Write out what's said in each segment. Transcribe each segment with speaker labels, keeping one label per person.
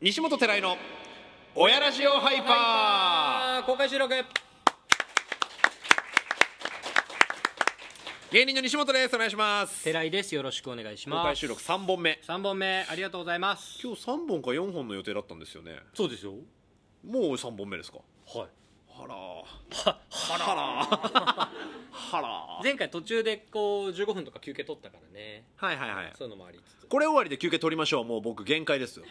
Speaker 1: 西本寺井の親ラジオハイパ
Speaker 2: あー公開収録
Speaker 1: ー芸人の西本ですお願いします
Speaker 2: 寺井ですよろしくお願いし
Speaker 1: 公
Speaker 2: ま
Speaker 1: 開
Speaker 2: す
Speaker 1: 収録3本目
Speaker 2: 3本目ありがとうございます
Speaker 1: 今日3本か4本の予定だったんですよね
Speaker 2: そうですよ
Speaker 1: もう3本目ですか
Speaker 2: はい
Speaker 1: はらはらはらは
Speaker 2: 前回途中でこう15分とか休憩取ったからね
Speaker 1: らはいはいはい
Speaker 2: そういうのもありつ つ、
Speaker 1: これ終わりで休憩取りましょうもう僕限界ですよ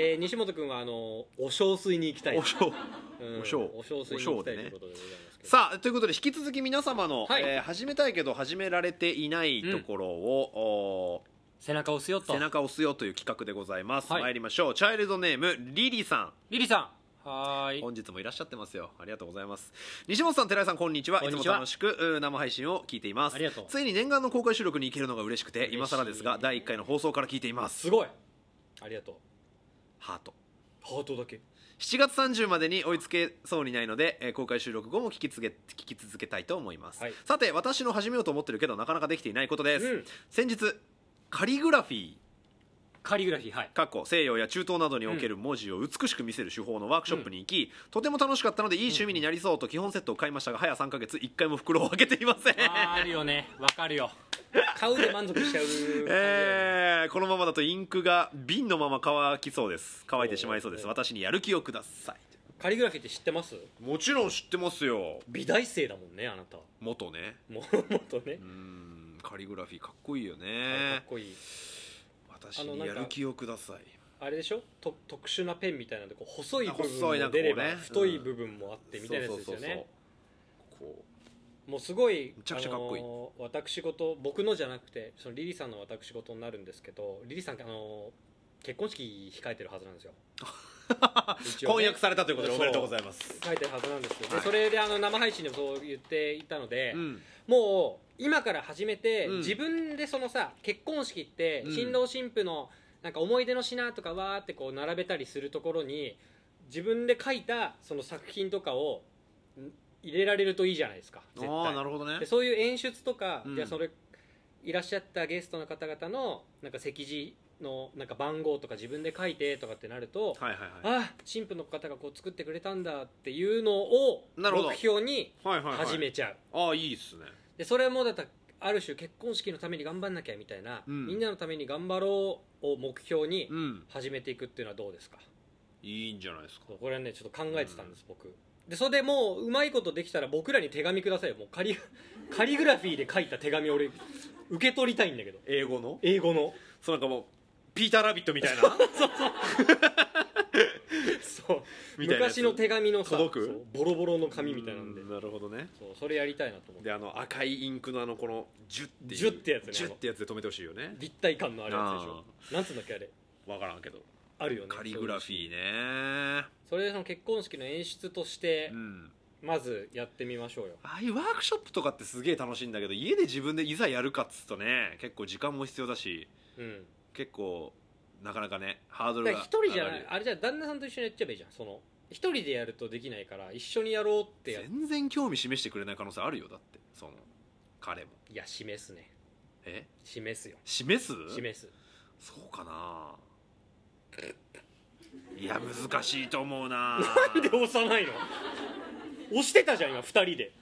Speaker 2: えー、西本君はあのお小水に行きたい
Speaker 1: おしょう
Speaker 2: うん
Speaker 1: お小
Speaker 2: お小水に行きたいということでございますけど、
Speaker 1: さあということで引き続き皆様の、
Speaker 2: はい
Speaker 1: えー始めたいけど始められていないところを、
Speaker 2: 背中を押すよ
Speaker 1: お
Speaker 2: と
Speaker 1: 背中を押すよという企画でございます、
Speaker 2: はい
Speaker 1: 参りましょうチャイルドネームリリさ
Speaker 2: リリさんはー
Speaker 1: ん
Speaker 2: い
Speaker 1: 本日もいらっしゃってますよありがとうございます西本さん寺井さんこんにちは
Speaker 2: こんに
Speaker 1: いつ
Speaker 2: ち
Speaker 1: も
Speaker 2: は
Speaker 1: 楽しくうー生配信を聞いています
Speaker 2: ありがとう
Speaker 1: ついに念願の公開収録に行けるのが嬉しくて
Speaker 2: 嬉しい
Speaker 1: 今更ですが第1回の放送から聞いています
Speaker 2: すごいありがとう
Speaker 1: ハート
Speaker 2: ハートだけ
Speaker 1: 7月30までに追いつけそうにないので、えー公開収録後も聞きつけ聞き続けたいと思います、
Speaker 2: はい
Speaker 1: さて私の始めようと思ってるけどなかなかできていないことです、
Speaker 2: うん
Speaker 1: 先日カリグラフィー
Speaker 2: カリグラフィーはい
Speaker 1: かっこ西洋や中東などにおける文字を美しく見せる手法のワークショップに行き、とても楽しかったのでいい趣味になりそうと基本セットを買いましたが早3ヶ月1回も袋を開けていません
Speaker 2: あーあるよねわかる よ買うで満足しちゃう感じだよね、
Speaker 1: えーこのままだとインクが瓶のまま乾きそうです乾いてしまいそうです
Speaker 2: おー
Speaker 1: 私にやる気をください
Speaker 2: カリグラフィーって知ってます
Speaker 1: もちろん知ってますよ
Speaker 2: 美大生だもんねあなた
Speaker 1: 元ね
Speaker 2: もう もっとね
Speaker 1: うーんカリグラフィーかっこいいよ
Speaker 2: か
Speaker 1: ね
Speaker 2: っこいい
Speaker 1: 私
Speaker 2: あの
Speaker 1: に
Speaker 2: なん
Speaker 1: や
Speaker 2: か
Speaker 1: る気をください
Speaker 2: あれでしょと特殊なペンみたいなんでこう細い部
Speaker 1: 細い
Speaker 2: 分
Speaker 1: なん
Speaker 2: も
Speaker 1: かこう
Speaker 2: 出
Speaker 1: ね
Speaker 2: れば、太い部分もあってみたいなやつですよね
Speaker 1: そうそうそうそうこ
Speaker 2: もうすごい
Speaker 1: めちゃくちゃかっこいい
Speaker 2: あのー私事僕のじゃなくてそのリリさんの私事になるんですけどリリさん、あのー結婚式控えてるはずな んですよ
Speaker 1: う
Speaker 2: 一応ね
Speaker 1: 婚約されたということでおめでとうございます
Speaker 2: 控えてるはずなんですよ、で
Speaker 1: はい
Speaker 2: それであの生配信でもそう言っていたので、
Speaker 1: うん
Speaker 2: もう今から始めて、
Speaker 1: うん
Speaker 2: 自分でそのさ結婚式って
Speaker 1: うん
Speaker 2: 新郎新婦のなんか思い出の品とかわーってこう並べたりするところに自分で書いたその作品とかをん入れられるといいじゃないですか
Speaker 1: あ
Speaker 2: 絶対
Speaker 1: あーなるほどね
Speaker 2: でそういう演出とか、
Speaker 1: うん
Speaker 2: いやそれいらっしゃったゲストの方々のなんか席次のなんか番号とか自分で書いてとかってなると、
Speaker 1: はいはいはい
Speaker 2: あ新婦の方がこう作ってくれたんだっていうのを
Speaker 1: なるほど
Speaker 2: 目標に
Speaker 1: はいはいはい
Speaker 2: 始めちゃう。
Speaker 1: ああいいっすね
Speaker 2: でそれもだったらある種結婚式のために頑張んなきゃみたいな、
Speaker 1: うん
Speaker 2: みんなのために頑張ろうを目標に
Speaker 1: うん
Speaker 2: 始めていくっていうのはどうですか、
Speaker 1: いいんじゃないですか
Speaker 2: これはねちょっと考えてたんです、僕でそれでもううまいことできたら僕らに手紙くださいよもう カリカリグラフィーで書いた手紙俺受け取りたいんだけど
Speaker 1: 英語の
Speaker 2: 英語の
Speaker 1: そうなんかもうピーター・ラビットみ たいな
Speaker 2: そう
Speaker 1: みたいなやつ
Speaker 2: 昔の手紙のさ
Speaker 1: 届く
Speaker 2: そうボロボロの紙みたいなんで
Speaker 1: うんなるほどね
Speaker 2: そうそれやりたいなと思って
Speaker 1: であの赤いインクのあのこのジュっていう
Speaker 2: ジュってやつね
Speaker 1: ジュってやつで止めてほしいよね
Speaker 2: 立体感のあるやつでしょなんつうんだっけあれ
Speaker 1: 分からんけど
Speaker 2: あるよね
Speaker 1: カリグラフィ
Speaker 2: ー
Speaker 1: ーね
Speaker 2: それでその結婚式の演出として、
Speaker 1: うん
Speaker 2: まずやってみましょうよ
Speaker 1: ああいうワークショップとかってすげえ楽しいんだけど家で自分でいざやるかっつうとね結構時間も必要だし
Speaker 2: うん
Speaker 1: 結構なかなかねハード
Speaker 2: だか
Speaker 1: ル
Speaker 2: ら
Speaker 1: が
Speaker 2: 一人じゃない
Speaker 1: 上がる
Speaker 2: あれじゃあ旦那さんと一緒にやっちゃえばいいじゃんその一人でやるとできないから一緒にやろうってや
Speaker 1: 全然興味示してくれない可能性あるよだってその彼も
Speaker 2: いや示すね
Speaker 1: え
Speaker 2: 示すよ
Speaker 1: 示す
Speaker 2: 示す
Speaker 1: そうかないや難しいと思うな
Speaker 2: なんで押さないの 押してたじゃん今二人で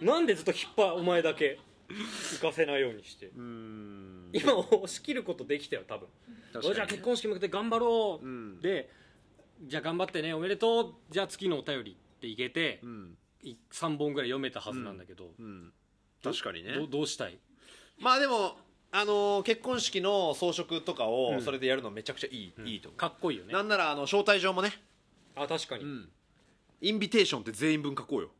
Speaker 2: なんでずっと引っ張お前だけ浮かせないようにして
Speaker 1: うーん
Speaker 2: 今押し切ることできたよ多分
Speaker 1: 確
Speaker 2: じゃ
Speaker 1: か
Speaker 2: あ結
Speaker 1: に
Speaker 2: 婚式向けて頑張ろ
Speaker 1: う
Speaker 2: う、
Speaker 1: ん
Speaker 2: でじゃあ頑張ってねおめでとうじゃあ次のお便りっていけて
Speaker 1: う、ん
Speaker 2: い三3本ぐらい読めたはずなんだけど、
Speaker 1: うん確かにね
Speaker 2: どどうしたい
Speaker 1: まあでもあのー結婚式の装飾とか
Speaker 2: う
Speaker 1: を
Speaker 2: ん
Speaker 1: それでやるのめちゃくちゃいい、いいと思う
Speaker 2: かっこいいよね
Speaker 1: なんならあの招待状もね、
Speaker 2: あ確かに、
Speaker 1: インビテーションって全員分書 こうよ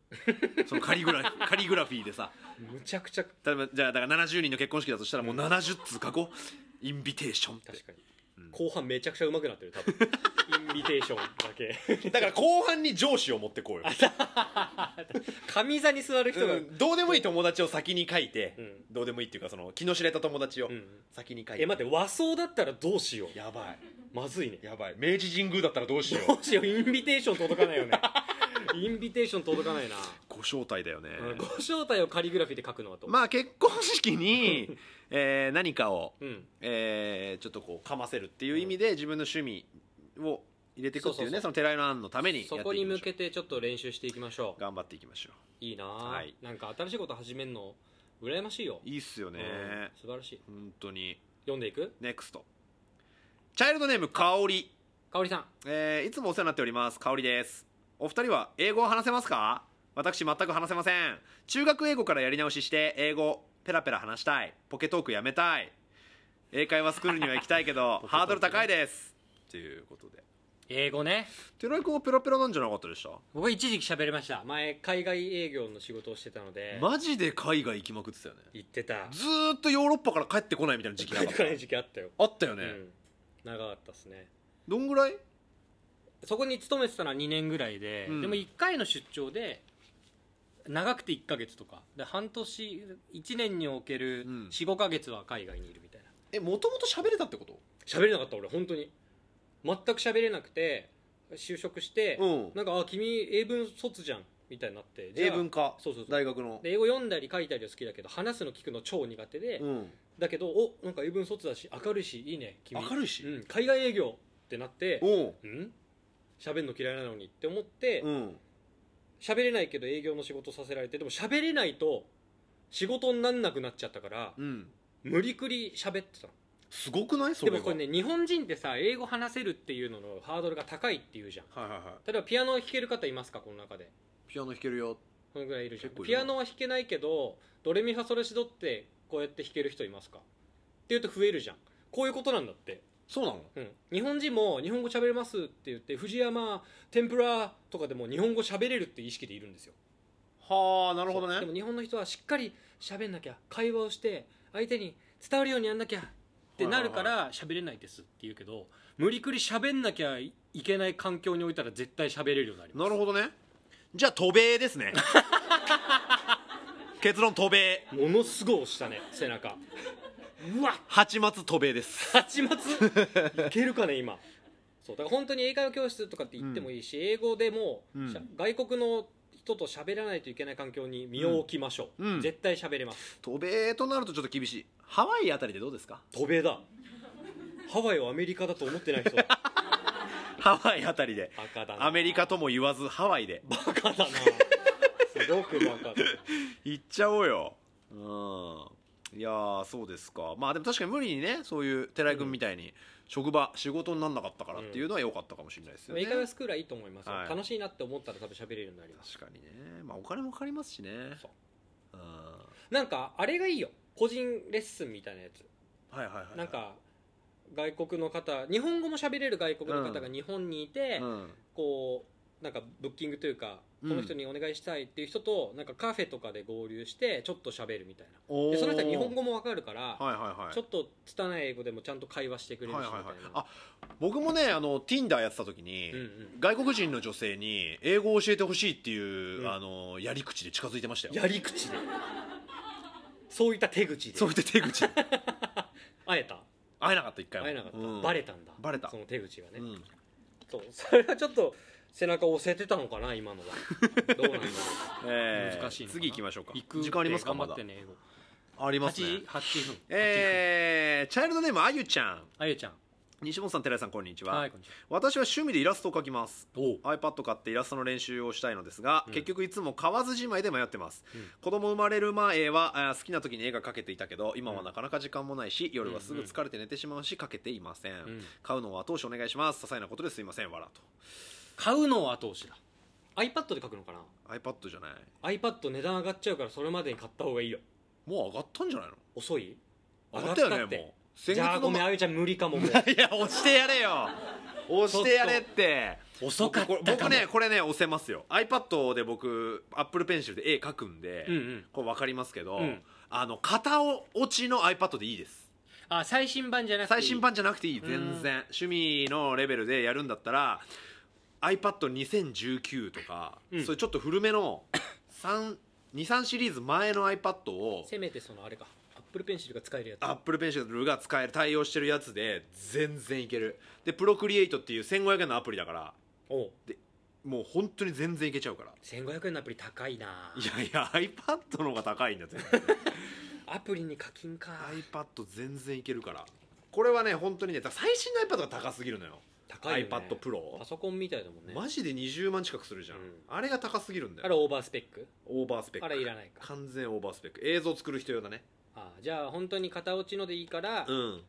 Speaker 1: そのカリグラカリグラフィーでさ
Speaker 2: むちゃくちゃ
Speaker 1: 例えばじゃあだから70人の結婚式だとしたらもう70通書こうインビテーションって
Speaker 2: 確かに、後半めちゃくちゃうまくなってる多分 インビテーションだけ
Speaker 1: だから後半に上司を持ってこうよ、
Speaker 2: 上座に座る人が、
Speaker 1: うんどうでもいい友達を先に書いて、
Speaker 2: うん
Speaker 1: どうでもいいっていうかその気の知れた友達を
Speaker 2: うん
Speaker 1: 先に書いて、
Speaker 2: え待って和装だったらどうしよう
Speaker 1: やばい
Speaker 2: まずいね
Speaker 1: やばい明治神宮だったらどうし よう
Speaker 2: どうしようインビテーション届かないよね インビテーション届かないな、
Speaker 1: ご招待だよね、
Speaker 2: うんご招待をカリグラフィーで書くのはと、
Speaker 1: まあ結婚式 に、えー何かを、
Speaker 2: うん
Speaker 1: えーちょっとこうかませるっていう意味で自分の趣味を入れていくっていう
Speaker 2: そうそうそ
Speaker 1: ね
Speaker 2: う
Speaker 1: その寺井の案のためにやって
Speaker 2: そ
Speaker 1: いきましょう
Speaker 2: こに向けてちょっと練習していきましょう
Speaker 1: 頑張っていきましょ
Speaker 2: いいな、
Speaker 1: は
Speaker 2: はいなんか新しいこと始めるの羨ましいよ
Speaker 1: ういいっすよね
Speaker 2: うん素晴らしい
Speaker 1: 本当に
Speaker 2: 読んでいく
Speaker 1: ネクストチャイルドネーム香り、
Speaker 2: 香織さん
Speaker 1: えーいつもお世話になっております香りですお二人は英語を話せますか私全く話せません中学英語からやり直しして英語ペラペラ話したいポケトークやめたい英会話スクールには行きたいけ ど
Speaker 2: ポケトークね
Speaker 1: ハードル高いですっていうことで
Speaker 2: 英語ね
Speaker 1: 寺井君はペラペラなんじゃなかったでした
Speaker 2: 僕は一時期喋れました前海外営業の仕事をしてたので、
Speaker 1: マジで海外行きまくってたよね
Speaker 2: 行ってた
Speaker 1: ずーっとヨーロッパから帰ってこないみたいな時期なか
Speaker 2: 行
Speaker 1: っ
Speaker 2: か
Speaker 1: た
Speaker 2: ない時期あったよ、
Speaker 1: あったよ
Speaker 2: う
Speaker 1: ね、
Speaker 2: ん、長かったですね
Speaker 1: どんぐらい
Speaker 2: そこに勤めてたのは2年ぐらいで、
Speaker 1: うん
Speaker 2: でも1回の出張で長くて1か月とかで半年1年における
Speaker 1: うん
Speaker 2: 45か月は海外にいるみたいな
Speaker 1: えもともと喋れたってこと
Speaker 2: 喋れなかった俺本当に全く喋れなくて就職して、
Speaker 1: うん
Speaker 2: なんかあ君英文卒じゃんみたいになってじゃあ
Speaker 1: 英文科
Speaker 2: そうそうそう
Speaker 1: 大学の
Speaker 2: で英語読んだり書いたりは好きだけど話すの聞くの超苦手で、
Speaker 1: うん
Speaker 2: だけどおなんか英文卒だし明るいしいいね君
Speaker 1: 明るいし
Speaker 2: うん、海外営業ってなって
Speaker 1: うん
Speaker 2: うん喋るの嫌いなのにって思って
Speaker 1: うん
Speaker 2: 喋れないけど営業の仕事させられてでも喋れないと仕事になんなくなっちゃったから
Speaker 1: うん
Speaker 2: 無理くり喋ってたの
Speaker 1: すごくないそ
Speaker 2: で
Speaker 1: れ
Speaker 2: も
Speaker 1: が
Speaker 2: これね日本人ってさ英語話せるっていうののハードルが高いっていうじゃん
Speaker 1: はいはいはい
Speaker 2: 例えばピアノ弾ける方いますかこの中で
Speaker 1: ピアノ弾けるよ
Speaker 2: このぐらいいるじゃん
Speaker 1: 結構いる
Speaker 2: ピアノは弾けないけどドレミファソレシドってこうやって弾ける人いますかっていうと増えるじゃんこういうことなんだって
Speaker 1: そうなの
Speaker 2: うん、日本人も日本語喋れますって言って藤山天ぷらとかでも日本語喋れるって意識でいるんですよ
Speaker 1: はあなるほど
Speaker 2: そうで
Speaker 1: ね
Speaker 2: も日本の人はしっかり喋んなきゃ会話をして相手に伝わるようにやんなきゃってなるか
Speaker 1: はい
Speaker 2: ら喋れないですって言うけど無理くり喋んなきゃいけない環境に置いたら絶対喋れるようになります
Speaker 1: なるほどねじゃあ渡米です ね結論渡米
Speaker 2: ものすごい押したね背中うわっ
Speaker 1: 八松渡米です
Speaker 2: 八松いけるかね今そうだから本当に英会話教室とかって言ってもいいし、英語でも、
Speaker 1: うん
Speaker 2: しゃ外国の人と喋らないといけない環境に身を置きましょう、
Speaker 1: うんうん
Speaker 2: 絶対喋れます
Speaker 1: 渡米となるとちょっと厳しいハワイあたりでどうですか
Speaker 2: 渡米だハワイをアメリカだと思ってない人
Speaker 1: ハワイあたりで
Speaker 2: バカだな
Speaker 1: アメリカとも言わずハワイで
Speaker 2: バカだなすごくバカだ
Speaker 1: 行っちゃおうようんいやーそうですかまあでも確かに無理にねそういう寺井君みたいに職場、仕事になんなかったからっていうのは良かったかもしれないですよね、
Speaker 2: 英会話スクールはいいと思いますよ、
Speaker 1: はい
Speaker 2: 楽しいなって思ったら多分喋れるようになります
Speaker 1: 確かにねまあお金もかかりますしね
Speaker 2: そ
Speaker 1: う
Speaker 2: う
Speaker 1: ん
Speaker 2: なんかあれがいいよ個人レッスンみたいなやつ
Speaker 1: はいはいはい
Speaker 2: なん、か外国の方日本語も喋れる外国の方が日本にいて、
Speaker 1: うん、
Speaker 2: こうなんかブッキングというか
Speaker 1: うん
Speaker 2: この人にお願いしたいっていう人と、なんかカフェとかで合流してちょっと喋るみたい
Speaker 1: お
Speaker 2: な
Speaker 1: ー
Speaker 2: でその人は日本語もわかるから、
Speaker 1: はいはいはい
Speaker 2: ちょっと拙い英語でもちゃんと会話してくれるし
Speaker 1: は
Speaker 2: み
Speaker 1: い
Speaker 2: たい
Speaker 1: は
Speaker 2: な、
Speaker 1: いはいあ僕もねあの Tinder やってた時に、
Speaker 2: うんうん
Speaker 1: 外国人の女性に英語を教えてほしいっていう、
Speaker 2: うん
Speaker 1: あのやり口で近づいてましたよ
Speaker 2: やり口でそういった手口で
Speaker 1: そういった手口
Speaker 2: 会えた
Speaker 1: 会えなかった一回も
Speaker 2: 会えなかった、
Speaker 1: うん
Speaker 2: バレたんだ
Speaker 1: バレた
Speaker 2: その手口がね、
Speaker 1: うん
Speaker 2: そうそれはちょっと背中を押せてたのかな 今のはどうなんだろ
Speaker 1: え
Speaker 2: う
Speaker 1: ー
Speaker 2: 難しいのかな
Speaker 1: 次行きましょうか
Speaker 2: 行く
Speaker 1: 時間ありますか
Speaker 2: 頑
Speaker 1: ま
Speaker 2: 張っ
Speaker 1: だ
Speaker 2: てね英語
Speaker 1: あります
Speaker 2: 8
Speaker 1: ね
Speaker 2: 八分
Speaker 1: えー、チャイルドネームあゆちゃん
Speaker 2: あゆちゃん
Speaker 1: 西本さん寺井さんこんにちは、
Speaker 2: はいこんにちは
Speaker 1: 私は趣味でイラストを描きます
Speaker 2: おう
Speaker 1: iPad 買ってイラストの練習をしたいのですが、
Speaker 2: うん
Speaker 1: 結局いつも買わずじまいで迷ってます、
Speaker 2: うん
Speaker 1: 子供生まれる前はあー好きな時に絵が描けていたけど今はなかなか時間もないし夜はすぐ疲れて寝てしまうし描けていません、
Speaker 2: うん
Speaker 1: 買うのは後押しお願いします些細なことですいませんわらと
Speaker 2: 買うのを後押しだ iPad で書くのかな
Speaker 1: iPad じゃない
Speaker 2: iPad 値段上がっちゃうからそれまでに買った方がいいよ
Speaker 1: もう上がったんじゃないの
Speaker 2: 遅い
Speaker 1: 上がったよね
Speaker 2: て
Speaker 1: もう先
Speaker 2: じゃあごめん
Speaker 1: い
Speaker 2: あゆちゃん無理 かももう
Speaker 1: や押してやれよ押してやれって
Speaker 2: 遅かったかも
Speaker 1: 僕僕ねこれね押せますよ iPad で僕 ApplePencil で絵描くんで、
Speaker 2: うんうん
Speaker 1: これ分かりますけど、
Speaker 2: うん
Speaker 1: あの片落ちの iPad でいいです
Speaker 2: あ最新版じゃなくていい
Speaker 1: 最新版じゃなくていい全
Speaker 2: うん
Speaker 1: 然趣味のレベルでやるんだったら iPad2019 とか、
Speaker 2: うん
Speaker 1: そういうちょっと古めの23シリーズ前の iPad を
Speaker 2: せめてそのあれか Apple Pencil が使えるやつ
Speaker 1: Apple Pencil が使える対応してるやつで全然いけるで Procreate っていう1500円のアプリだから
Speaker 2: おう
Speaker 1: もう本当に全然いけちゃうから
Speaker 2: 1500円のアプリ高いない
Speaker 1: やいや iPad の方が高いんだ全然
Speaker 2: アプリに課金か
Speaker 1: iPad 全然いけるからこれはね本当にねだから最新の iPad が高すぎるのよ
Speaker 2: 高いよね
Speaker 1: iPad Pro
Speaker 2: パソコンみたいだもんね
Speaker 1: マジで20万近くするじゃん、
Speaker 2: うん
Speaker 1: あれが高すぎるんだ
Speaker 2: あ
Speaker 1: よ
Speaker 2: れオーバースペック
Speaker 1: オーバースペック
Speaker 2: あれいらないか
Speaker 1: 完全オーバースペック映像作る人用だね
Speaker 2: ああじゃあ本当に片落ちのでいいから、
Speaker 1: うん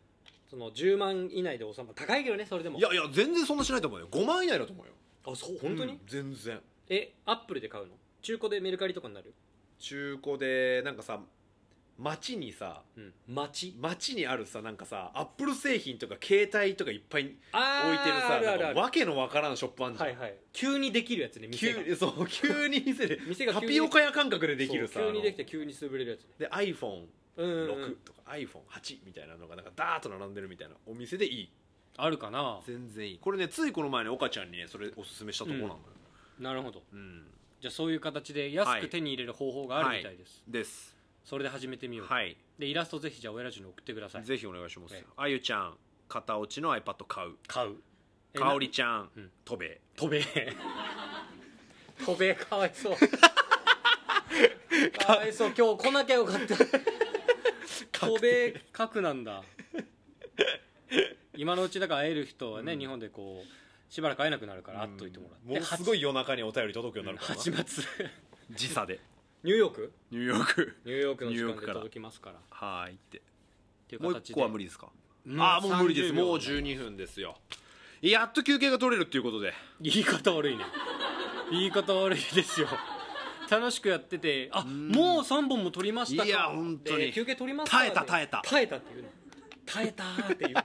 Speaker 2: その10万以内で収まる高いけどねそれでも
Speaker 1: いやいや全然そんなしないと思うよ5万以内だと思うよ
Speaker 2: あそう本当に、
Speaker 1: うん全然
Speaker 2: えアップルで買うの中古でメルカリとかになる、
Speaker 1: 中古でなんかさ街にさ
Speaker 2: うん、街
Speaker 1: 街にあるさなんかさアップル製品とか携帯とかいっぱい置い
Speaker 2: あー
Speaker 1: てるさ
Speaker 2: あるある
Speaker 1: な
Speaker 2: あ
Speaker 1: ん
Speaker 2: る
Speaker 1: かわけのわからんショップあんじゃん、
Speaker 2: はいはい急にできるやつね店が
Speaker 1: 急そう急に店で
Speaker 2: 店が急
Speaker 1: タ
Speaker 2: に
Speaker 1: ピオカ屋感覚でできるさ
Speaker 2: そう急にでき
Speaker 1: あ
Speaker 2: て急に潰れるやつね
Speaker 1: ので iPhone
Speaker 2: うんうんうん、
Speaker 1: 6とか iPhone8 みたいなのがなんかダーッと並んでるみたいなお店でいい
Speaker 2: あるかな
Speaker 1: 全然いいこれねついこの前ね岡ちゃんにねそれおすすめしたところなのよ、
Speaker 2: なるほど
Speaker 1: うん
Speaker 2: じゃあそういう形で安く手に入れる方法があるみたいです、
Speaker 1: です
Speaker 2: それで始めてみよう、
Speaker 1: はい、
Speaker 2: でイラストぜひじゃあ親父に送ってください
Speaker 1: ぜひお願いします
Speaker 2: ええ
Speaker 1: あゆちゃん片落ちの iPad 買う
Speaker 2: 買うえ
Speaker 1: かおりちゃん
Speaker 2: うん
Speaker 1: とべ
Speaker 2: 飛べ飛べかわいそうかわいそう今日来なきゃよかった飛べ角な んだ今のうちだから会える人はね、日本でこうしばらく会えなくなるから会っといてもらって、
Speaker 1: もうすごい夜中にお便り届くようになるからな
Speaker 2: 8月
Speaker 1: 時差で
Speaker 2: ニューヨーク
Speaker 1: ニューヨーク
Speaker 2: ニューヨークの時
Speaker 1: ニューヨーク
Speaker 2: 間で
Speaker 1: から
Speaker 2: 届きますからっ
Speaker 1: はーいって
Speaker 2: ていう
Speaker 1: もう
Speaker 2: 形
Speaker 1: 一個
Speaker 2: で
Speaker 1: は無理ですか
Speaker 2: うん
Speaker 1: ああもう無理です
Speaker 2: 30秒
Speaker 1: もう12分ですよやっと休憩が取れるっていうことで
Speaker 2: 言い方悪いね言い方悪いですよ楽しくやっててあもう3本も取りましたか
Speaker 1: いや本当に
Speaker 2: で休憩取りました
Speaker 1: 耐えた耐えた
Speaker 2: 耐えたっていうの耐えたーっていう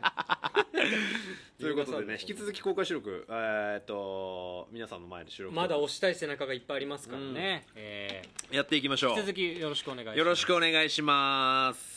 Speaker 1: ということでね引き続き公開収録えーっと皆さんの前で収録
Speaker 2: まだ押したい背中がいっぱいありますからね、え
Speaker 1: やっていきまし
Speaker 2: ー
Speaker 1: ょ
Speaker 2: 引き続きよろしくお願いしま
Speaker 1: う
Speaker 2: す
Speaker 1: よろしくお願いします